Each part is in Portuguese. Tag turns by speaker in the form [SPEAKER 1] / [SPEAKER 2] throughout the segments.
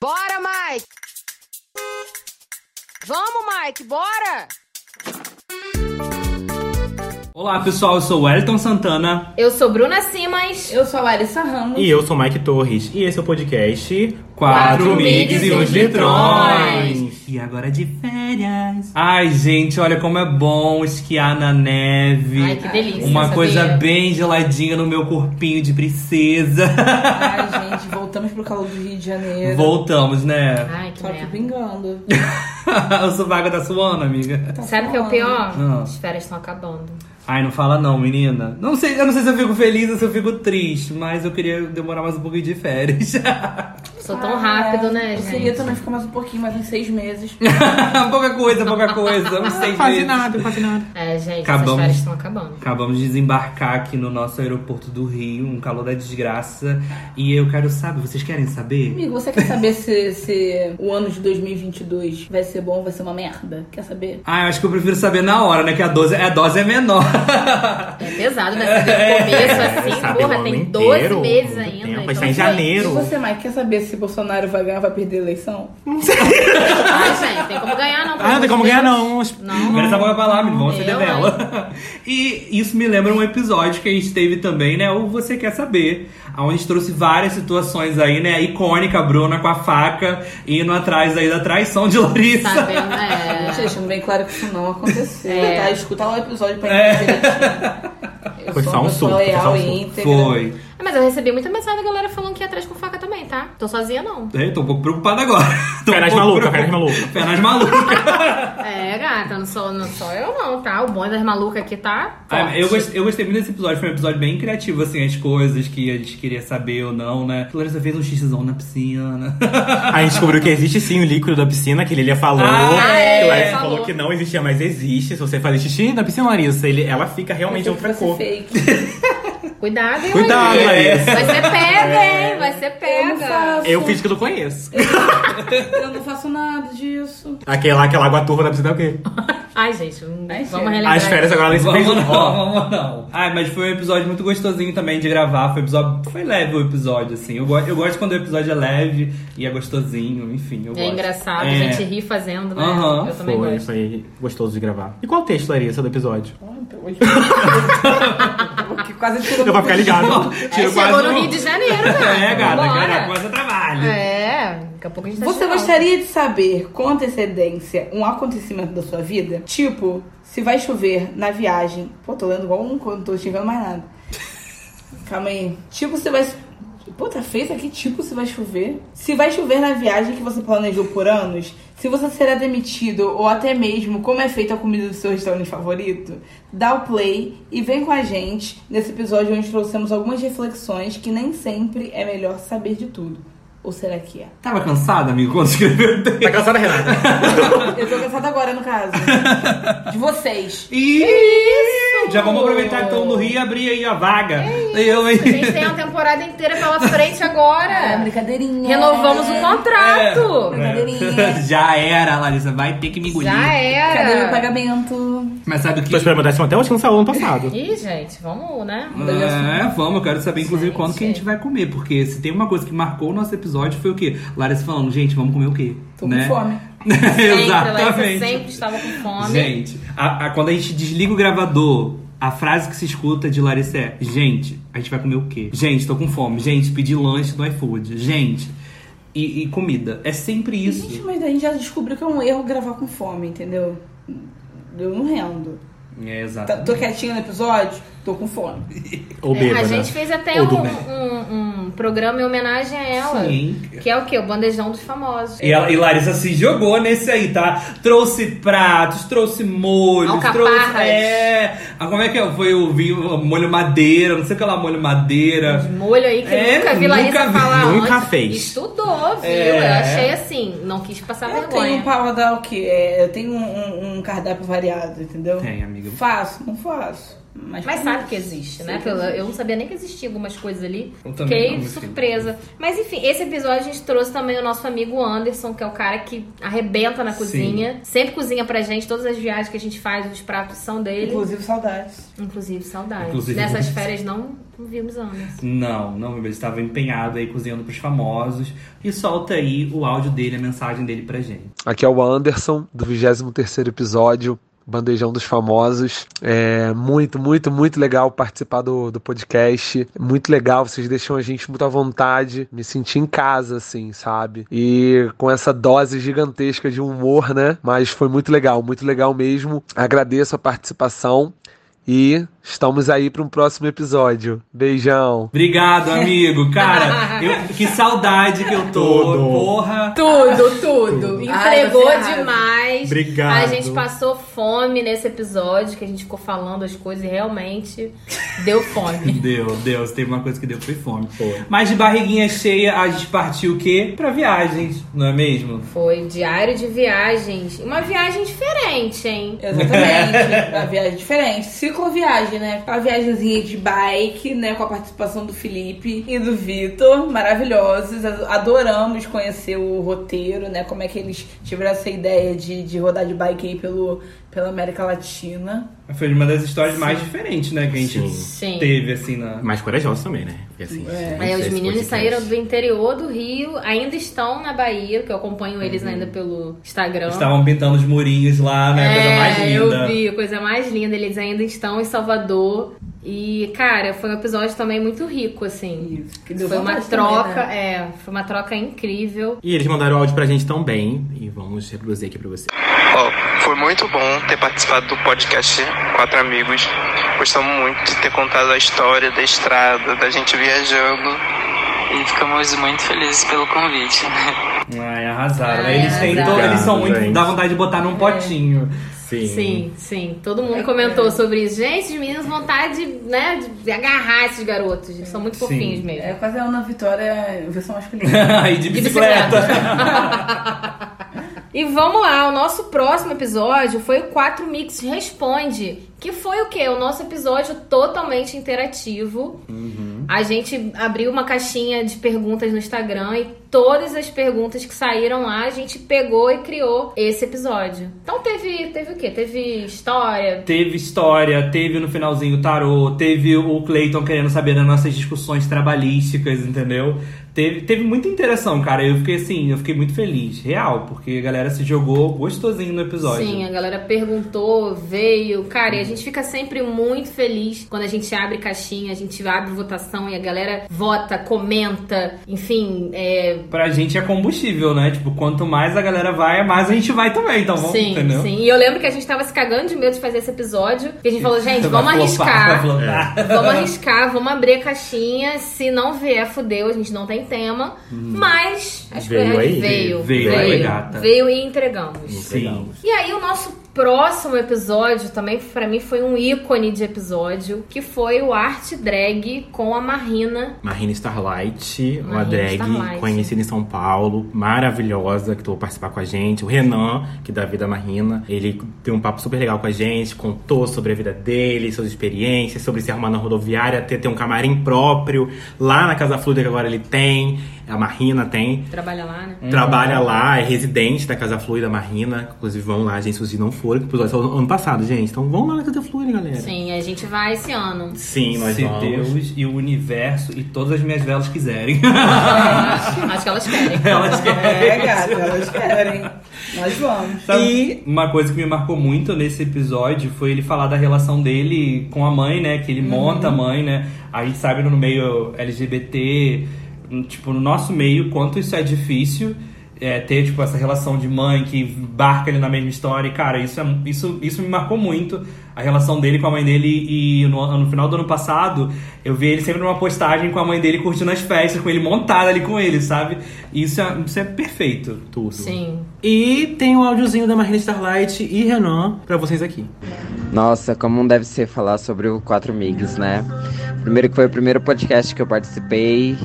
[SPEAKER 1] Bora, Mike! Vamos, Mike, bora!
[SPEAKER 2] Olá pessoal, eu sou o Elton Santana
[SPEAKER 3] Eu sou Bruna Simas.
[SPEAKER 4] Eu sou a Larissa Ramos.
[SPEAKER 5] E eu sou o Mike Torres e esse é o podcast.
[SPEAKER 2] Quatro
[SPEAKER 4] Quatro
[SPEAKER 2] migs
[SPEAKER 4] migs
[SPEAKER 2] e
[SPEAKER 4] e
[SPEAKER 2] uns
[SPEAKER 4] uns
[SPEAKER 2] litrões.
[SPEAKER 4] litrões.
[SPEAKER 2] E agora é de férias. Ai, gente, olha como é bom esquiar na neve.
[SPEAKER 3] Ai, que delícia.
[SPEAKER 2] Uma
[SPEAKER 3] sabia?
[SPEAKER 2] coisa bem geladinha no meu corpinho de princesa.
[SPEAKER 4] Ai, gente, voltamos pro calor do Rio de Janeiro.
[SPEAKER 2] Voltamos, né?
[SPEAKER 3] Ai, que
[SPEAKER 4] Só que
[SPEAKER 3] merda.
[SPEAKER 4] pingando.
[SPEAKER 2] o sovaco tá suando, amiga.
[SPEAKER 3] Sabe o que é o pior?
[SPEAKER 5] Ah.
[SPEAKER 2] Não.
[SPEAKER 3] As férias estão acabando.
[SPEAKER 2] Ai, não fala não, menina. Não sei, eu não sei se eu fico feliz ou se eu fico triste, mas eu queria demorar mais um pouquinho de férias.
[SPEAKER 3] Sou tão rápido, né,
[SPEAKER 4] Ah, Eu
[SPEAKER 3] gente?
[SPEAKER 4] queria também ficar mais um pouquinho, mais uns seis meses.
[SPEAKER 2] pouca coisa, pouca coisa. Uns seis meses.
[SPEAKER 5] quase nada.
[SPEAKER 3] É, gente,
[SPEAKER 2] Acabamos.
[SPEAKER 3] essas férias estão acabando.
[SPEAKER 2] Acabamos de desembarcar aqui no nosso aeroporto do Rio, um calor da desgraça. E eu quero saber, vocês querem saber?
[SPEAKER 4] Amigo, você quer saber se, se o ano de 2022 vai ser bom ou vai ser uma merda? Quer saber?
[SPEAKER 2] Ah, eu acho que eu prefiro saber na hora, né? Que a dose, a dose é menor.
[SPEAKER 3] É pesado, né? Você vê o começo assim,
[SPEAKER 5] É, Sabe, o
[SPEAKER 3] porra,
[SPEAKER 5] ano
[SPEAKER 3] tem
[SPEAKER 5] inteiro,
[SPEAKER 3] 12 meses
[SPEAKER 5] muito
[SPEAKER 3] ainda.
[SPEAKER 5] tempo,
[SPEAKER 3] então
[SPEAKER 5] mas tá em
[SPEAKER 3] foi-
[SPEAKER 4] E
[SPEAKER 5] janeiro.
[SPEAKER 4] você, Mike, quer saber se Bolsonaro vai ganhar, vai perder a eleição?
[SPEAKER 3] Ai, gente, tem como ganhar, não.
[SPEAKER 5] Ah, não tem como ganhar, não.
[SPEAKER 3] Não.
[SPEAKER 2] Agora essa boca pra lá, menino, vamos acender
[SPEAKER 3] Eu,
[SPEAKER 2] dela. E isso me lembra um episódio que a gente teve também, né? O Você Quer Saber. Onde a gente trouxe várias situações aí, né? Icônica, a Bruna com a faca, indo atrás aí da traição de Larissa.
[SPEAKER 3] Tá vendo? É.
[SPEAKER 4] Deixando bem claro que isso não aconteceu,
[SPEAKER 3] É.
[SPEAKER 4] tá? Escutar o episódio pra entender direitinho. Eu
[SPEAKER 5] É. Foi
[SPEAKER 4] sou
[SPEAKER 5] só um
[SPEAKER 4] uma pessoa
[SPEAKER 5] surto, foi só um
[SPEAKER 4] leal
[SPEAKER 5] surto.
[SPEAKER 4] e íntegra.
[SPEAKER 2] Foi.
[SPEAKER 3] Ah, Mas eu recebi muita mensagem da galera falando que ia atrás com faca também, tá? Tô sozinha, não.
[SPEAKER 2] É, tô um pouco preocupada agora. Tô um
[SPEAKER 5] Pernas
[SPEAKER 2] pouco
[SPEAKER 5] maluca,
[SPEAKER 2] preocupada.
[SPEAKER 5] pernas maluca.
[SPEAKER 2] Pernas malucas.
[SPEAKER 3] É, gata, não sou, não sou eu, não, tá? O bonde das malucas aqui tá.
[SPEAKER 2] Ah,
[SPEAKER 3] forte.
[SPEAKER 2] eu, gostei, eu gostei muito desse episódio, foi um episódio bem criativo, assim, as coisas que a gente queria saber ou não, né? A Larissa fez um xixizão na piscina.
[SPEAKER 5] A gente descobriu que existe sim o líquido da piscina, que Lilia falou.
[SPEAKER 2] Ah,
[SPEAKER 3] é,
[SPEAKER 5] que Larissa
[SPEAKER 3] falou.
[SPEAKER 5] falou. que não existia, mas existe. Se você fazer xixi na piscina, Larissa, ele, ela fica realmente é um
[SPEAKER 4] Eu pensei
[SPEAKER 5] outra
[SPEAKER 4] que fosse
[SPEAKER 5] cor.
[SPEAKER 4] fake.
[SPEAKER 3] Cuidado, hein,
[SPEAKER 5] Cuidado,
[SPEAKER 3] Olivia?
[SPEAKER 5] Larissa.
[SPEAKER 3] Vai ser pega, hein? Vai ser
[SPEAKER 4] É. Eu não
[SPEAKER 3] pega.
[SPEAKER 4] faço.
[SPEAKER 5] Eu fiz que eu não conheço.
[SPEAKER 4] Eu não faço nada disso.
[SPEAKER 5] Aquela, aquela água turva da piscina é o quê?
[SPEAKER 3] Ai, gente, hum,
[SPEAKER 4] Ai,
[SPEAKER 3] vamos
[SPEAKER 4] gente.
[SPEAKER 3] relembrar.
[SPEAKER 5] As férias agora, Larissa fez
[SPEAKER 2] Vamos
[SPEAKER 5] um
[SPEAKER 2] não,
[SPEAKER 5] ó.
[SPEAKER 2] vamos não. Ai, mas foi um episódio muito gostosinho também de gravar. Foi, um episódio, foi leve o episódio, assim. Eu, go- eu gosto quando o episódio é leve e é gostosinho, enfim. Eu
[SPEAKER 3] É
[SPEAKER 2] gosto.
[SPEAKER 3] engraçado,
[SPEAKER 2] É.
[SPEAKER 3] a gente ri fazendo, né?
[SPEAKER 2] Aham,
[SPEAKER 3] eu também
[SPEAKER 5] Foi,
[SPEAKER 3] gosto.
[SPEAKER 5] foi gostoso de gravar. E qual o texto, Larissa, do episódio?
[SPEAKER 4] Que quase tirou
[SPEAKER 5] Eu vou ficar ligado.
[SPEAKER 3] É,
[SPEAKER 2] Tiro
[SPEAKER 3] chegou
[SPEAKER 2] quase
[SPEAKER 3] no
[SPEAKER 2] um-
[SPEAKER 3] Rio de Janeiro, né?
[SPEAKER 2] É, gata,
[SPEAKER 3] Vambora.
[SPEAKER 2] gata, um coisa trabalho.
[SPEAKER 3] É, daqui a pouco a gente tá
[SPEAKER 4] Você
[SPEAKER 3] chegando.
[SPEAKER 4] gostaria de saber com antecedência um acontecimento da sua vida? Tipo, se vai chover na viagem. Pô, tô lendo igual um quando não tô xingando mais nada. Calma aí. Tipo, se vai. Pô, tá feito aqui, tipo, se vai chover. Se vai chover na viagem que você planejou por anos, se você será demitido ou até mesmo como é feita a comida do seu restaurante favorito, dá o play e vem com a gente nesse episódio onde trouxemos algumas reflexões que nem sempre é melhor saber de tudo. Ou será que é?
[SPEAKER 2] Tava cansado, amigo, quando escreveu o texto?
[SPEAKER 5] Tá cansada, Renata?
[SPEAKER 4] Eu tô cansada agora, no caso. De vocês.
[SPEAKER 2] Isso! Já vamos aproveitar que estamos no Rio e abrir aí a vaga. Eu, hein?
[SPEAKER 3] A É gente tem uma temporada inteira pela frente
[SPEAKER 4] É,
[SPEAKER 3] agora.
[SPEAKER 4] brincadeirinha.
[SPEAKER 3] Renovamos
[SPEAKER 4] É.
[SPEAKER 3] o
[SPEAKER 2] É.
[SPEAKER 3] contrato.
[SPEAKER 4] Brincadeirinha.
[SPEAKER 2] Já era, Larissa. Vai ter que me engolir.
[SPEAKER 3] Tá Já
[SPEAKER 4] Cadê meu
[SPEAKER 3] era.
[SPEAKER 4] pagamento?
[SPEAKER 2] Mas sabe o que?
[SPEAKER 5] Tô esperando meu décimo até o último salão ano passado.
[SPEAKER 3] Ih, gente, vamos, né?
[SPEAKER 2] É, vamos, eu quero saber, inclusive,
[SPEAKER 3] Gente.
[SPEAKER 2] quando que a gente vai comer. Porque se tem uma coisa que marcou o nosso episódio foi o quê? Larissa falando, gente, vamos comer o quê? Né?
[SPEAKER 4] Tô com fome.
[SPEAKER 3] Sempre,
[SPEAKER 2] Exatamente.
[SPEAKER 3] Larissa, sempre estava com fome.
[SPEAKER 2] Gente, a- a- quando a gente desliga o gravador, a frase que se escuta de Larissa é: Gente, a gente vai comer o quê? Gente, tô com fome. Gente, pedi lanche do iFood. Gente, e, e comida. É sempre
[SPEAKER 4] Gente,
[SPEAKER 2] isso.
[SPEAKER 4] mas a gente já descobriu que é um erro gravar com fome, entendeu? Eu não rendo.
[SPEAKER 2] É,
[SPEAKER 4] Tá-
[SPEAKER 2] exato.
[SPEAKER 4] Tô quietinha no episódio, tô com fome.
[SPEAKER 5] Ou
[SPEAKER 3] É,
[SPEAKER 5] bêbada.
[SPEAKER 3] a gente fez até
[SPEAKER 5] Ou
[SPEAKER 3] um,
[SPEAKER 5] do
[SPEAKER 3] um- um programa em homenagem a ela.
[SPEAKER 2] Sim.
[SPEAKER 3] Que é o quê? O bandejão dos famosos.
[SPEAKER 2] E, ela- e Larissa se jogou nesse aí, tá? Trouxe pratos, trouxe molhos,
[SPEAKER 3] Alcaparras.
[SPEAKER 2] trouxe. É. Ah, como é que é? foi o vinho? Molho madeira, não sei o que lá, molho madeira.
[SPEAKER 3] De molho aí que
[SPEAKER 2] É,
[SPEAKER 3] eu nunca vi
[SPEAKER 2] nunca
[SPEAKER 3] Larissa
[SPEAKER 2] vi,
[SPEAKER 3] falar
[SPEAKER 5] nunca
[SPEAKER 3] antes.
[SPEAKER 5] fez.
[SPEAKER 3] Estudou, viu?
[SPEAKER 2] É.
[SPEAKER 3] Eu achei assim, não quis passar
[SPEAKER 4] Eu tenho um
[SPEAKER 3] vergonha.
[SPEAKER 4] paladar o quê? É, Eu tenho um, um- um cardápio variado, entendeu?
[SPEAKER 2] Tem, amiga.
[SPEAKER 4] Faço? Não faço. Mas,
[SPEAKER 3] Mas
[SPEAKER 4] como
[SPEAKER 3] sabe que existe, né? Pela- eu não sabia nem que existia algumas coisas ali.
[SPEAKER 2] Eu também
[SPEAKER 3] Fiquei
[SPEAKER 2] não, mas
[SPEAKER 3] surpresa. Mas enfim, esse episódio a gente trouxe também o nosso amigo Anderson, que é o cara que arrebenta na
[SPEAKER 2] Sim.
[SPEAKER 3] cozinha. Sempre cozinha pra gente, todas as viagens que a gente faz, os pratos são dele. Inclusive,
[SPEAKER 4] Inclusive, saudades.
[SPEAKER 3] saudade.
[SPEAKER 2] Inclusive,
[SPEAKER 3] Nessas
[SPEAKER 2] vamos-
[SPEAKER 3] férias não não vimos Anderson.
[SPEAKER 2] Não, não, meu bem, ele estava empenhado aí cozinhando pros famosos. E solta aí o áudio dele, a mensagem dele pra gente.
[SPEAKER 6] Aqui é o Anderson, do 23º episódio, Bandejão dos Famosos. É muito, muito, muito legal participar do, do podcast. Muito legal, vocês deixam a gente muito à vontade. Me senti em casa, assim, sabe? E com essa dose gigantesca de humor, né? Mas foi muito legal, muito legal mesmo. Agradeço a participação e estamos aí para um próximo episódio. Beijão!
[SPEAKER 2] Obrigado, amigo. Cara, eu- que saudade que eu tô.
[SPEAKER 5] Tudo.
[SPEAKER 2] Porra.
[SPEAKER 3] Tudo, tudo. Entregou
[SPEAKER 4] Ai, você é
[SPEAKER 3] demais.
[SPEAKER 5] Obrigado.
[SPEAKER 3] A gente passou fome nesse episódio, que a gente ficou falando as coisas e realmente deu fome.
[SPEAKER 2] Deu, deu. Se teve uma coisa que deu, foi fome.
[SPEAKER 5] Foi.
[SPEAKER 2] Mas de barriguinha cheia, a gente partiu o quê? Pra viagens, não é mesmo?
[SPEAKER 3] Foi diário de viagens. Uma viagem diferente, hein?
[SPEAKER 4] Exatamente. uma viagem diferente. Cicloviagem, né? Uma viagemzinha de bike, né? Com a participação do Felipe e do Vitor. Maravilhosos. Adoramos conhecer o roteiro, né? Como é que eles tiveram essa ideia de, de rodar de bike aí pelo, pela América Latina.
[SPEAKER 2] Foi uma das histórias mais diferentes, né? Que a gente
[SPEAKER 3] Sim.
[SPEAKER 2] teve, assim, na.
[SPEAKER 5] Mais corajosos também, né? Porque, assim, não
[SPEAKER 3] Aí
[SPEAKER 5] sei
[SPEAKER 3] É, os
[SPEAKER 5] se
[SPEAKER 3] meninos
[SPEAKER 5] podcast-
[SPEAKER 3] saíram do interior do Rio, ainda estão na Bahia, que eu acompanho eles
[SPEAKER 5] Uhum.
[SPEAKER 3] ainda pelo Instagram.
[SPEAKER 2] Estavam pintando os murinhos lá, né? coisa mais
[SPEAKER 3] É,
[SPEAKER 2] linda.
[SPEAKER 3] Eu vi, coisa mais linda. Eles ainda estão em Salvador. E, cara, foi um episódio também muito rico, assim.
[SPEAKER 4] Isso, que deu
[SPEAKER 3] foi uma
[SPEAKER 4] vontade também,
[SPEAKER 3] troca,
[SPEAKER 4] né?
[SPEAKER 3] é, foi uma troca incrível.
[SPEAKER 5] E eles mandaram o áudio pra gente também. E vamos reproduzir aqui pra você.
[SPEAKER 7] Ó, foi muito bom ter participado do podcast Quatro Amigos. Gostamos muito de ter contado a história da estrada, da gente viajando. E ficamos muito felizes pelo convite.
[SPEAKER 2] Ai, arrasaram.
[SPEAKER 3] Ai, É.
[SPEAKER 2] né? eles, têm
[SPEAKER 3] arrasaram.
[SPEAKER 2] to- eles são muito.
[SPEAKER 5] Obrigado, gente.
[SPEAKER 2] Dá vontade de botar num potinho.
[SPEAKER 5] Sim.
[SPEAKER 3] Sim, sim. Todo
[SPEAKER 4] É,
[SPEAKER 3] mundo comentou sobre isso. Gente, os meninos, vontade de, né, de agarrar esses garotos. Eles são muito
[SPEAKER 2] Sim.
[SPEAKER 3] fofinhos mesmo.
[SPEAKER 4] É quase a Ana Vitória é, versão masculina.
[SPEAKER 2] e de bicicleta.
[SPEAKER 3] E vamos lá, o nosso próximo episódio foi o 4 Mix Responde, que foi o quê? O nosso episódio totalmente interativo. A gente abriu uma caixinha de perguntas no Instagram e todas as perguntas que saíram lá, a gente pegou e criou esse episódio. Então teve, teve o quê? Teve história,
[SPEAKER 2] teve história, teve no finalzinho o tarô, teve o Clayton querendo saber das nossas discussões trabalhísticas, entendeu? Teve, teve muita interação, cara. Eu fiquei assim, eu fiquei muito feliz, real, porque a galera se jogou gostosinho no episódio.
[SPEAKER 3] Sim, é. a galera perguntou, veio. Cara, e a gente fica sempre muito feliz quando a gente abre caixinha, a gente abre votação e a galera vota, comenta, enfim, é.
[SPEAKER 2] Pra gente é combustível, né? Tipo, quanto mais a galera vai, mais a gente vai também, então vamos,
[SPEAKER 3] sim,
[SPEAKER 2] entendeu?
[SPEAKER 3] sim. E eu lembro que a gente tava se cagando de medo de fazer esse episódio. E a gente falou, gente, vamos
[SPEAKER 2] Vai flopar,
[SPEAKER 3] arriscar.
[SPEAKER 2] vai
[SPEAKER 5] É.
[SPEAKER 2] flopar.
[SPEAKER 3] Vamos arriscar, vamos abrir a caixinha. Se não vier, fudeu, a gente não tem tema. Mas as
[SPEAKER 5] Veio
[SPEAKER 3] coisas
[SPEAKER 5] aí?
[SPEAKER 3] veio.
[SPEAKER 2] Hum. Veio,
[SPEAKER 5] veio,
[SPEAKER 2] gata.
[SPEAKER 3] Veio e entregamos.
[SPEAKER 2] Sim.
[SPEAKER 3] E aí o nosso próximo episódio também pra mim foi um ícone de episódio, que foi o Art Drag com a Marina.
[SPEAKER 5] Marina Starlight, uma
[SPEAKER 3] Marina
[SPEAKER 5] drag
[SPEAKER 3] Starlight.
[SPEAKER 5] conhecida em São Paulo, maravilhosa, que tu participar com a gente. O Renan, que dá vida à Marina, ele deu um papo super legal com a gente, contou sobre a vida dele, suas experiências, sobre se arrumar na rodoviária, ter, ter um camarim próprio lá na Casa Fluida que agora ele tem, a Marina tem.
[SPEAKER 3] Trabalha lá, né?
[SPEAKER 5] Trabalha lá, é residente da Casa Fluida Marina. Inclusive, vão lá, gente, se vocês não foram, que o episódio saiu ano passado, gente. Então vão lá na Casa Fluida,
[SPEAKER 2] É.
[SPEAKER 5] galera.
[SPEAKER 3] Sim, a gente vai esse ano.
[SPEAKER 5] Sim, nós
[SPEAKER 2] Se
[SPEAKER 5] vamos.
[SPEAKER 2] Deus e o universo e todas as minhas velas quiserem.
[SPEAKER 3] Acho que elas querem.
[SPEAKER 2] Elas querem.
[SPEAKER 4] É, gata, elas querem. Nós vamos.
[SPEAKER 2] Sabe, uma coisa que me marcou muito nesse episódio foi ele falar da relação dele com a mãe, né? Que ele monta a mãe, né? A gente sabe no meio LGBT, tipo, no nosso meio, quanto isso é difícil. é, ter, tipo, essa relação de mãe que embarca ele na mesma história. E, cara, isso, é, isso, isso me marcou muito. A relação dele com a mãe dele. E no, no final do ano passado, eu vi ele sempre numa postagem com a mãe dele curtindo as festas, com ele montada ali com ele, sabe? E isso é, isso é perfeito.
[SPEAKER 5] Tudo.
[SPEAKER 3] Sim.
[SPEAKER 5] E tem o áudiozinho da Marina Starlight e Renan pra vocês aqui.
[SPEAKER 8] Nossa, como deve ser falar sobre o Quatro Migos, né? Primeiro que foi o primeiro podcast que eu participei,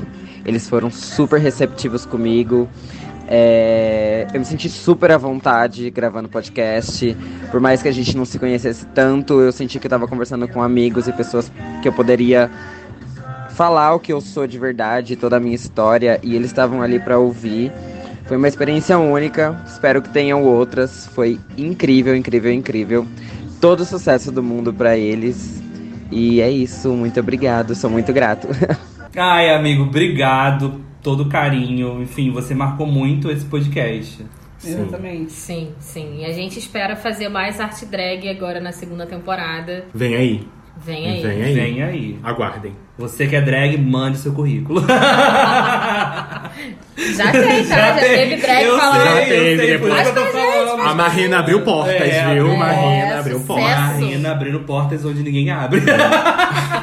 [SPEAKER 8] eles foram super receptivos comigo. É, eu me senti super à vontade gravando podcast. Por mais que a gente não se conhecesse tanto, eu senti que eu tava conversando com amigos e pessoas que eu poderia falar o que eu sou de verdade, toda a minha história, e eles estavam ali pra ouvir. Foi uma experiência única, espero que tenham outras. Foi incrível, incrível, incrível. Todo o sucesso do mundo pra eles. E é isso, muito obrigado, sou muito grato.
[SPEAKER 2] Ai, amigo, obrigado. Todo carinho. Enfim, você marcou muito esse podcast.
[SPEAKER 4] Exatamente.
[SPEAKER 3] Sim, sim. E a gente espera fazer mais arte drag agora na segunda temporada.
[SPEAKER 5] Vem aí.
[SPEAKER 3] Vem aí.
[SPEAKER 5] Vem aí.
[SPEAKER 2] Vem aí.
[SPEAKER 5] Aguardem.
[SPEAKER 2] Você que é drag, mande seu currículo.
[SPEAKER 3] Já tem, tá? Já,
[SPEAKER 2] tem.
[SPEAKER 3] teve drag
[SPEAKER 2] eu
[SPEAKER 3] falando.
[SPEAKER 2] Sei, eu
[SPEAKER 5] Já
[SPEAKER 2] sei,
[SPEAKER 5] teve,
[SPEAKER 2] por isso que eu tô
[SPEAKER 3] depois-
[SPEAKER 2] falando.
[SPEAKER 5] A Marina abriu portas,
[SPEAKER 2] É,
[SPEAKER 5] viu?
[SPEAKER 2] é,
[SPEAKER 5] Marina abriu
[SPEAKER 3] sucesso.
[SPEAKER 5] portas.
[SPEAKER 2] Marina abrindo portas onde ninguém abre.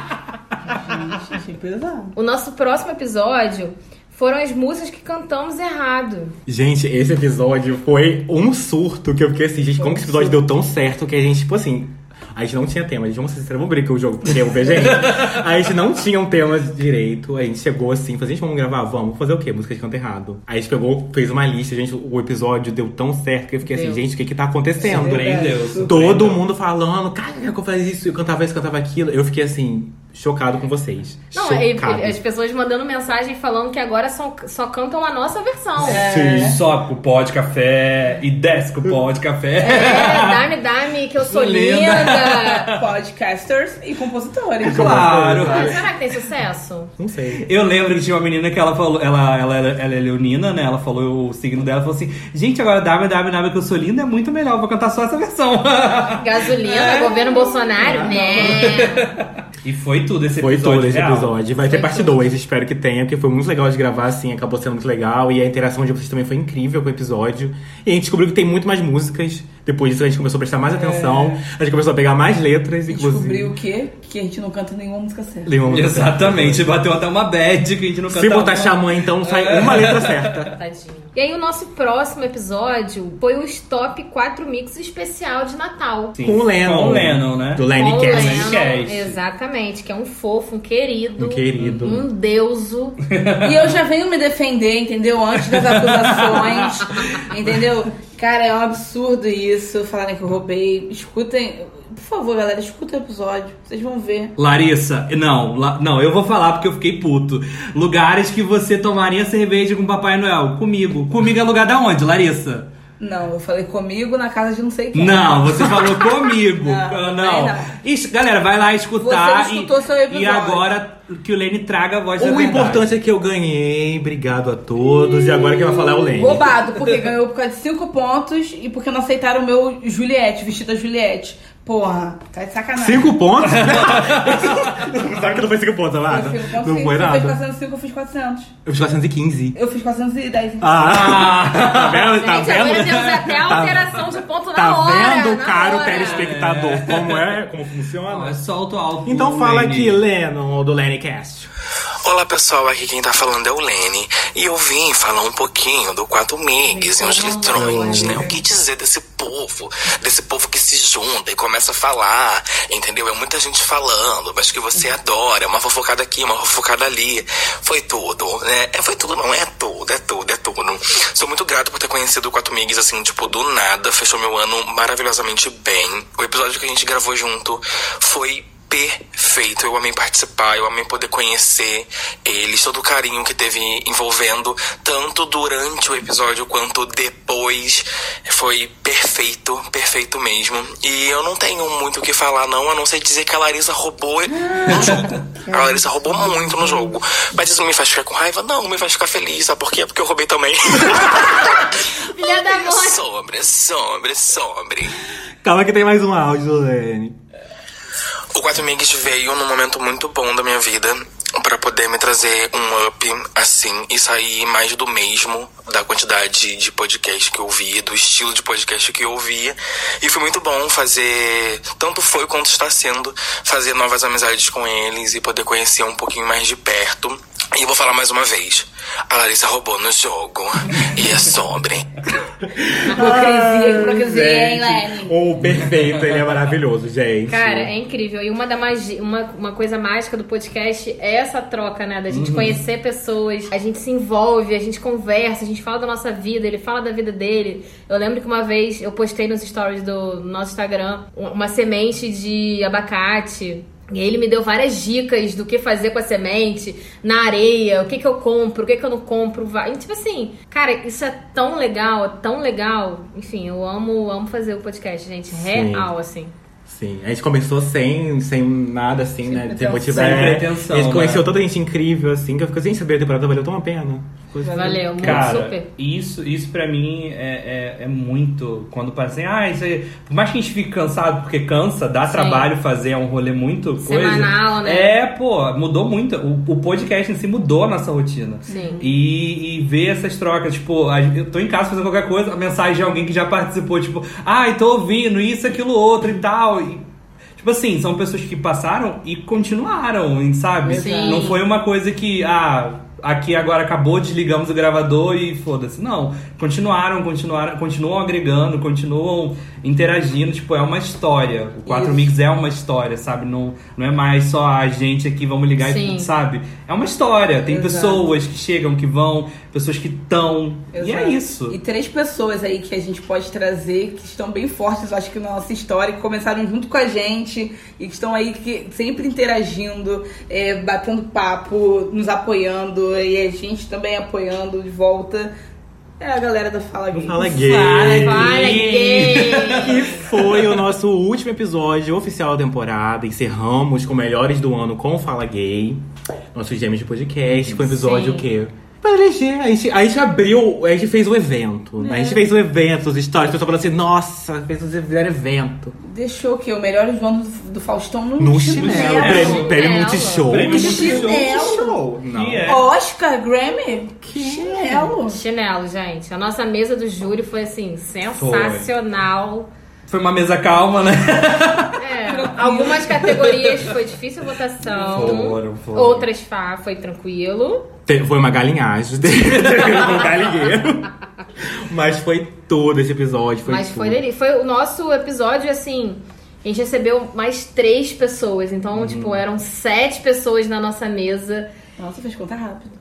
[SPEAKER 4] Gente, achei pesado.
[SPEAKER 3] O nosso próximo episódio foram as músicas que cantamos errado.
[SPEAKER 5] Gente, esse episódio foi um surto que eu fiquei assim, gente, como que esse episódio deu tão certo que a gente, tipo assim. A gente não tinha tema, a gente vamos ser vamos abrir aqui o jogo, porque eu vejo gente. A gente não tinha um tema direito, a gente chegou assim, falou, gente, vamos gravar, vamos fazer o quê? Música de canto errado. Aí a gente pegou, fez uma lista, gente, o episódio deu tão certo que eu fiquei assim,
[SPEAKER 3] Deu. é
[SPEAKER 5] gente, o que que tá acontecendo?
[SPEAKER 2] Surpreendeu,
[SPEAKER 5] Todo
[SPEAKER 2] surpreendeu.
[SPEAKER 5] mundo falando, cara, eu fazia isso, eu cantava isso, cantava aquilo. Eu fiquei assim, chocado com vocês.
[SPEAKER 3] Não, é, e-
[SPEAKER 5] chocado.
[SPEAKER 3] e- as pessoas mandando mensagem falando que agora só, só cantam a nossa versão.
[SPEAKER 2] Sim. Sobe pro pó de café e desce pro pó de café.
[SPEAKER 3] É, dime, dime, que eu sou
[SPEAKER 2] Linda.
[SPEAKER 3] linda.
[SPEAKER 4] Podcasters e compositores.
[SPEAKER 2] É
[SPEAKER 5] é
[SPEAKER 2] Claro.
[SPEAKER 3] Será que tem sucesso?
[SPEAKER 5] Não sei.
[SPEAKER 2] Eu lembro que tinha uma menina que ela falou, ela, ela, era- ela é leonina, né? Ela falou o signo dela, falou assim: gente, agora WWW que eu sou linda é muito melhor, vou cantar só essa versão.
[SPEAKER 3] Gasolina, governo Bolsonaro, né?
[SPEAKER 2] e foi tudo esse
[SPEAKER 5] Foi
[SPEAKER 2] episódio.
[SPEAKER 5] todo esse
[SPEAKER 2] real.
[SPEAKER 5] episódio. é Vai ter parte 2, espero que tenha, porque foi muito legal de gravar, assim, acabou sendo muito legal. E a interação de vocês também foi incrível com o episódio. E a gente descobriu que tem muito mais músicas. Depois disso, a gente começou a prestar mais atenção. A gente começou É. a pegar mais letras,
[SPEAKER 4] E
[SPEAKER 5] inclusive.
[SPEAKER 4] descobriu o quê? Que a gente não canta nenhuma música certa.
[SPEAKER 5] Nenhuma música certa.
[SPEAKER 2] Exatamente, bateu até uma bad que a gente não
[SPEAKER 5] Se
[SPEAKER 2] cantava.
[SPEAKER 5] botar xamã, então sai uma letra certa.
[SPEAKER 3] Tadinho. E aí, o nosso próximo episódio foi os top 4 mix especial de Natal.
[SPEAKER 2] Sim,
[SPEAKER 5] Com o Lennon.
[SPEAKER 2] Com o Lennon, né?
[SPEAKER 5] Do Lenny
[SPEAKER 3] Com o
[SPEAKER 5] Cassidy.
[SPEAKER 3] Lennon,
[SPEAKER 2] Cast.
[SPEAKER 3] Exatamente, que é um fofo, um querido.
[SPEAKER 5] Um querido.
[SPEAKER 3] Um deuso.
[SPEAKER 4] E eu já venho me defender, entendeu? Antes das acusações, entendeu? Cara, é um absurdo isso, falarem que eu roubei. Escutem, por favor, galera, escutem o episódio. Vocês vão ver.
[SPEAKER 2] Larissa, não, la- não, eu vou falar porque eu fiquei puto. Lugares que você tomaria cerveja com Papai Noel, comigo. Comigo é lugar da onde, Larissa?
[SPEAKER 4] Não, eu falei comigo na casa de não sei quem.
[SPEAKER 2] Não, você falou comigo.
[SPEAKER 4] Não,
[SPEAKER 2] Ah, Não.
[SPEAKER 4] aí não.
[SPEAKER 2] Isso, galera, vai lá escutar.
[SPEAKER 4] Você escutou
[SPEAKER 2] e,
[SPEAKER 4] seu episódio.
[SPEAKER 2] e agora que o Lenny traga a voz da
[SPEAKER 5] O
[SPEAKER 2] verdade.
[SPEAKER 5] importante é que eu ganhei. Obrigado a todos. E agora quem vai falar é o Lenny.
[SPEAKER 4] Roubado, porque ganhou por causa de 5 pontos e porque não aceitaram o meu Juliette, vestido da Juliette. Porra, tá de sacanagem.
[SPEAKER 5] Cinco pontos? Sabe que não foi cinco pontos, amada?
[SPEAKER 4] Foi cinco pontos,
[SPEAKER 5] Ah, Não
[SPEAKER 4] sim.
[SPEAKER 5] foi
[SPEAKER 4] Você fez
[SPEAKER 5] nada.
[SPEAKER 4] 405, eu fiz 400.
[SPEAKER 5] Eu fiz 415.
[SPEAKER 4] Eu fiz 410. então.
[SPEAKER 5] Ah, tá vendo? Tá
[SPEAKER 3] Gente, agora
[SPEAKER 5] vendo?
[SPEAKER 3] temos até a
[SPEAKER 5] Tá-
[SPEAKER 3] alteração de ponto na
[SPEAKER 5] Tá
[SPEAKER 3] hora.
[SPEAKER 5] vendo,
[SPEAKER 3] na
[SPEAKER 5] caro
[SPEAKER 3] hora.
[SPEAKER 5] telespectador, como é, como
[SPEAKER 2] Não,
[SPEAKER 5] funciona?
[SPEAKER 2] é solta o álcool.
[SPEAKER 5] Então fala
[SPEAKER 2] Lenny.
[SPEAKER 5] aqui, Lennon, do Lennycast.
[SPEAKER 7] Olá pessoal, aqui quem tá falando é o Lene e eu vim falar um pouquinho do 4 MIGs e uns litrões, né? O que dizer desse povo, desse povo que se junta e começa a falar, entendeu? É muita gente falando, mas que você adora, é uma fofocada aqui, uma fofocada ali. Foi tudo, né? É, foi tudo, não é tudo, é tudo, é tudo. Sou muito grato por ter conhecido o 4 MIGs, assim, tipo, do nada, fechou meu ano maravilhosamente bem. O episódio que a gente gravou junto foi perfeito. Eu amei participar, eu amei poder conhecer eles, todo o carinho que teve envolvendo, tanto durante o episódio quanto depois. Foi perfeito, perfeito mesmo. E eu não tenho muito o que falar, não, a não ser dizer que a Larissa roubou no jogo. A Larissa roubou muito no jogo. Mas isso me faz ficar com raiva? Não, me faz ficar feliz. Sabe por quê? Porque eu roubei também.
[SPEAKER 3] Filha da mãe.
[SPEAKER 7] sobre, sobre, sobre.
[SPEAKER 5] Calma que tem mais um áudio do Lenny.
[SPEAKER 7] O 4 Migs veio num momento muito bom da minha vida pra poder me trazer um up assim e sair mais do mesmo da quantidade de podcast que eu ouvia, do estilo de podcast que eu ouvia. E foi muito bom fazer, tanto foi quanto está sendo, fazer novas amizades com eles e poder conhecer um pouquinho mais de perto E vou falar mais uma vez. A Larissa roubou no jogo. E é sobre.
[SPEAKER 4] Hipocrisia, hipocrisia,
[SPEAKER 5] Gente,
[SPEAKER 4] hein, Lenny?
[SPEAKER 5] O perfeito, ele é maravilhoso, gente.
[SPEAKER 3] Cara, é incrível. E uma, da magi... uma, uma coisa mágica do podcast é essa troca, né? Da
[SPEAKER 5] Uhum.
[SPEAKER 3] gente conhecer pessoas, a gente se envolve, a gente conversa, a gente fala da nossa vida, ele fala da vida dele. Eu lembro que uma vez eu postei nos stories do nosso Instagram um- uma semente de abacate. E ele me deu várias dicas do que fazer com a semente, na areia, o que, que eu compro, o que, que eu não compro. vai- Tipo assim, cara, isso é tão legal, é tão legal. Enfim, eu amo, amo fazer o podcast, gente.
[SPEAKER 5] Sim.
[SPEAKER 3] Real, assim.
[SPEAKER 5] Sim, a gente começou sem, sem nada, assim, né? Sem motivo.
[SPEAKER 2] Sem
[SPEAKER 5] é.
[SPEAKER 2] pretensão,
[SPEAKER 5] A gente conheceu
[SPEAKER 2] né?
[SPEAKER 5] tanta gente incrível, assim, que eu fico sem saber a temporada, valeu tão a pena. Ficou assim.
[SPEAKER 3] Valeu, muito
[SPEAKER 2] Cara,
[SPEAKER 3] super.
[SPEAKER 2] isso, isso pra mim é, é, é muito. Quando passa assim, ah, isso aí, por mais que a gente fique cansado, porque cansa, dá
[SPEAKER 3] Sim.
[SPEAKER 2] trabalho fazer, é um rolê muito coisa.
[SPEAKER 3] Semanal, né?
[SPEAKER 2] É, pô, mudou muito. O, o podcast em si mudou a nossa rotina.
[SPEAKER 3] Sim.
[SPEAKER 2] E, e ver essas trocas, tipo, a- eu tô em casa fazendo qualquer coisa, a mensagem de alguém que já participou, tipo, ai, tô ouvindo isso, aquilo, outro e tal. E, tipo assim, são pessoas que passaram e continuaram, e sabe?
[SPEAKER 3] Sim.
[SPEAKER 2] Não foi uma coisa que, ah, aqui agora acabou, desligamos o gravador e foda-se. Não, continuaram, continuaram, continuam agregando, continuam interagindo, tipo, é uma história. O 4
[SPEAKER 4] Isso.
[SPEAKER 2] Mix é uma história, sabe? Não, não é mais só a gente aqui, vamos ligar
[SPEAKER 3] Sim.
[SPEAKER 2] e sabe? É uma história, tem
[SPEAKER 4] Exato.
[SPEAKER 2] pessoas que chegam, que vão, pessoas que estão. E é
[SPEAKER 4] Exato.
[SPEAKER 2] isso.
[SPEAKER 4] E três pessoas aí que a gente pode trazer que estão bem fortes, acho que na nossa história, que começaram junto com a gente e que estão aí que, sempre interagindo, é, batendo papo, nos apoiando e a gente também apoiando de volta. É a galera da Fala Gay.
[SPEAKER 5] Fala gay.
[SPEAKER 3] Fala, gay!
[SPEAKER 5] E foi o nosso último episódio oficial da temporada. Encerramos com melhores do ano com o Fala Gay. Nossos gêmeos de podcast. Foi um episódio
[SPEAKER 3] Sim.
[SPEAKER 5] que. Pra eleger, a gente, a gente abriu, a gente fez o evento. né? A gente fez o evento, os stories, o pessoal falou assim, nossa, fez um evento.
[SPEAKER 4] Deixou o quê? O melhor dono do Faustão no,
[SPEAKER 5] No chinelo,
[SPEAKER 4] Um chinelo.
[SPEAKER 5] prêmio, prêmio
[SPEAKER 3] Chinelo.
[SPEAKER 5] Multishow.
[SPEAKER 2] Prêmio É.
[SPEAKER 4] Multishow.
[SPEAKER 5] Multishow. Não.
[SPEAKER 2] E é.
[SPEAKER 4] Oscar, Grammy? Que chinelo!
[SPEAKER 3] Chinelo, gente. A nossa mesa do júri foi assim, sensacional.
[SPEAKER 2] Foi uma mesa calma, né?
[SPEAKER 3] É, algumas categorias foi difícil a votação.
[SPEAKER 2] Foram, foram.
[SPEAKER 3] Outras fa- foi tranquilo.
[SPEAKER 5] Te- Foi uma galinhagem. um galinheiro. Mas foi todo esse episódio. Foi
[SPEAKER 3] mas foi
[SPEAKER 5] tudo.
[SPEAKER 3] dele. Foi o nosso episódio, assim. A gente recebeu mais três pessoas. Então, tipo, eram sete pessoas na nossa mesa.
[SPEAKER 4] Nossa, fez conta rápido.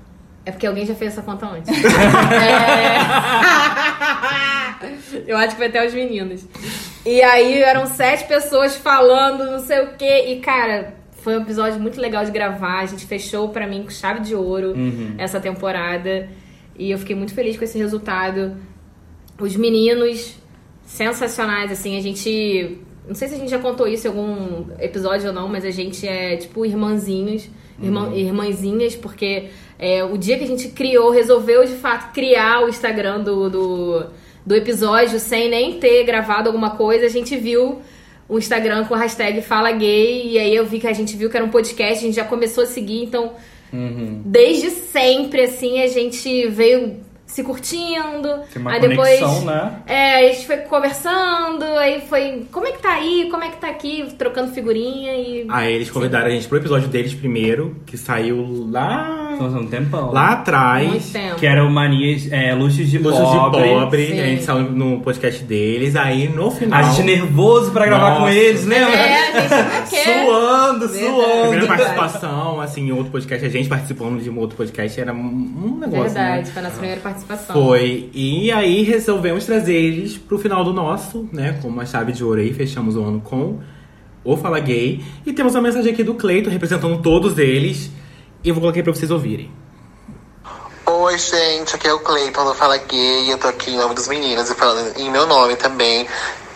[SPEAKER 3] É porque alguém já fez essa conta antes. É. Eu acho que foi até os meninos. E aí eram sete pessoas falando, não sei o quê. E, cara, foi um episódio muito legal de gravar. A gente fechou pra mim com chave de ouro essa temporada. E eu fiquei muito feliz com esse resultado. Os meninos, sensacionais, assim, a gente. Não sei se a gente já contou isso em algum episódio ou não, mas a gente é tipo irmãzinhos, irmã, irmãzinhas, porque é, o dia que a gente criou, resolveu de fato criar o Instagram do, do, do episódio sem nem ter gravado alguma coisa, a gente viu o Instagram com a hashtag Fala Gay, e aí eu vi que a gente viu que era um podcast, a gente já começou a seguir, então desde sempre, assim, a gente veio se curtindo,
[SPEAKER 2] Tem uma
[SPEAKER 3] aí depois.
[SPEAKER 2] conexão, né?
[SPEAKER 3] É, a gente foi conversando, aí foi, como é que tá aí, como é que tá aqui, trocando figurinha e...
[SPEAKER 5] Aí eles convidaram a gente pro episódio deles primeiro, que saiu lá.
[SPEAKER 2] Então, um tempão.
[SPEAKER 5] Lá atrás.
[SPEAKER 3] Muito tempo.
[SPEAKER 2] Que era o Manias, é, Luxos de
[SPEAKER 5] Luxos de
[SPEAKER 2] Pobre.
[SPEAKER 5] pobre,
[SPEAKER 3] Sim.
[SPEAKER 5] a gente saiu no podcast deles, aí no final.
[SPEAKER 2] A gente é nervoso pra gravar
[SPEAKER 5] Nossa.
[SPEAKER 2] com eles, lembra?
[SPEAKER 3] É, a gente quer.
[SPEAKER 2] Suando,
[SPEAKER 5] Primeira
[SPEAKER 2] suando.
[SPEAKER 5] participação, assim, em outro podcast, a gente participando de um outro podcast era um um negócio. né?
[SPEAKER 3] Verdade, foi a nossa primeira participação.
[SPEAKER 5] Foi. E aí resolvemos trazer eles pro final do nosso, né? Com uma chave de ouro aí, fechamos o ano com o Fala Gay. E temos uma mensagem aqui do Cleiton representando todos eles. E eu vou colocar aí pra vocês ouvirem.
[SPEAKER 7] Oi, gente, aqui é o Cleiton do Fala Gay. Eu tô aqui em nome dos meninos e falando em meu nome também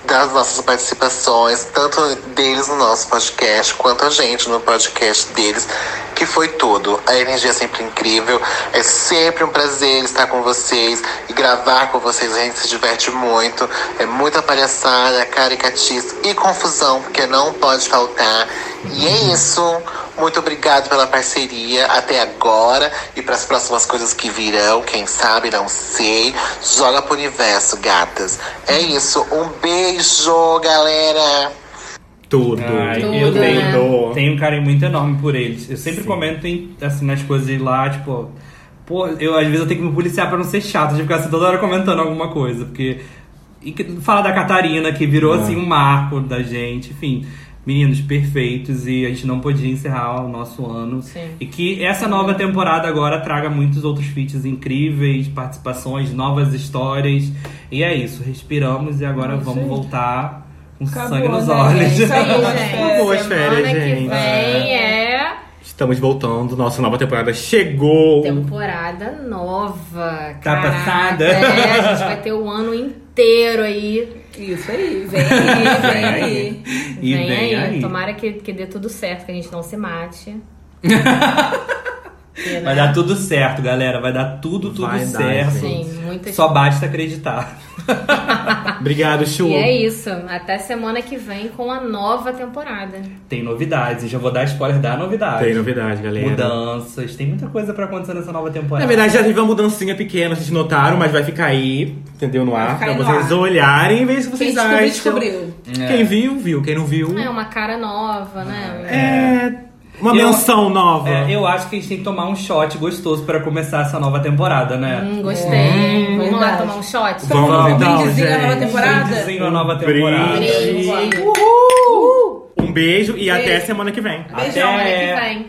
[SPEAKER 7] das nossas participações, tanto deles no nosso podcast, quanto a gente no podcast deles, que foi tudo. A energia é sempre incrível, é sempre um prazer estar com vocês e gravar com vocês. A gente se diverte muito, é muita palhaçada, caricatice e confusão, porque não pode faltar. E é isso. Muito obrigado pela parceria até agora e para as próximas coisas que virão, quem sabe, não sei. Joga pro universo, gatas. É isso. Um beijo, galera.
[SPEAKER 5] Tudo.
[SPEAKER 2] Ai,
[SPEAKER 3] Tudo,
[SPEAKER 2] eu tenho,
[SPEAKER 3] né?
[SPEAKER 5] Tudo.
[SPEAKER 2] tenho um carinho muito enorme por eles. Eu sempre
[SPEAKER 5] Sim.
[SPEAKER 2] comento em- assim, nas coisas lá, tipo. Pô, eu às vezes eu tenho que me policiar pra não ser chato, de ficar assim, toda hora comentando alguma coisa. Porque. E que- fala da Catarina, que
[SPEAKER 5] É.
[SPEAKER 2] virou assim um marco da gente, enfim. Meninos perfeitos e a gente não podia encerrar o nosso ano.
[SPEAKER 3] Sim.
[SPEAKER 2] E que essa nova temporada agora traga muitos outros feats incríveis, participações, novas histórias. E é isso, respiramos e
[SPEAKER 4] É
[SPEAKER 2] agora vamos voltar com sangue nos
[SPEAKER 4] né,
[SPEAKER 2] olhos.
[SPEAKER 4] gente? Isso aí,
[SPEAKER 5] Uma
[SPEAKER 4] gente.
[SPEAKER 5] boa férias,
[SPEAKER 3] Semana que
[SPEAKER 5] gente.
[SPEAKER 3] vem é
[SPEAKER 5] Estamos voltando, nossa nova temporada chegou.
[SPEAKER 3] temporada nova.
[SPEAKER 2] Tá
[SPEAKER 3] Caraca,
[SPEAKER 2] passada?
[SPEAKER 3] É, a gente vai ter o ano inteiro aí.
[SPEAKER 4] Isso aí, vem aí, vem aí.
[SPEAKER 2] E vem, aí.
[SPEAKER 3] Tomara que, que dê tudo certo, que a gente não se mate. Porque, né?
[SPEAKER 2] Vai dar tudo certo, galera. Vai dar tudo, tudo
[SPEAKER 5] Vai dar,
[SPEAKER 2] certo.
[SPEAKER 3] Sim, muitas
[SPEAKER 2] Só basta acreditar.
[SPEAKER 5] Obrigado, Chu.
[SPEAKER 3] E é isso. Até semana que vem com a nova temporada.
[SPEAKER 2] Tem novidades, e já vou dar spoiler da novidade.
[SPEAKER 5] Tem novidade, galera.
[SPEAKER 2] Mudanças, tem muita coisa pra acontecer nessa nova temporada.
[SPEAKER 5] Na verdade, já teve uma mudancinha pequena, vocês notaram, mas vai ficar aí, entendeu? No ar,
[SPEAKER 4] Vai ficar
[SPEAKER 5] pra
[SPEAKER 4] aí no
[SPEAKER 5] vocês
[SPEAKER 4] ar.
[SPEAKER 5] olharem e ver se
[SPEAKER 4] Quem
[SPEAKER 5] vocês
[SPEAKER 4] descobriu,
[SPEAKER 5] acham.
[SPEAKER 4] descobriu.
[SPEAKER 2] É.
[SPEAKER 5] Quem viu, viu. Quem não viu,
[SPEAKER 3] É uma cara nova, né?
[SPEAKER 5] é uma
[SPEAKER 2] Eu-
[SPEAKER 5] menção nova.
[SPEAKER 2] É, eu acho que a gente tem que tomar um shot gostoso pra começar essa nova temporada, né?
[SPEAKER 3] Hum, gostei.
[SPEAKER 4] Hum,
[SPEAKER 3] Vamos lá
[SPEAKER 4] verdade.
[SPEAKER 3] tomar um shot?
[SPEAKER 5] Vamos,
[SPEAKER 2] Vamos,
[SPEAKER 5] então,
[SPEAKER 4] brindezinho na nova
[SPEAKER 5] gente.
[SPEAKER 4] temporada.
[SPEAKER 2] Brindezinho na um nova temporada.
[SPEAKER 5] Brinde.
[SPEAKER 3] Beijo.
[SPEAKER 5] Um beijo e até
[SPEAKER 4] Beijo.
[SPEAKER 5] semana que vem.
[SPEAKER 4] Beijão.
[SPEAKER 3] Semana
[SPEAKER 2] Até.
[SPEAKER 3] que vem.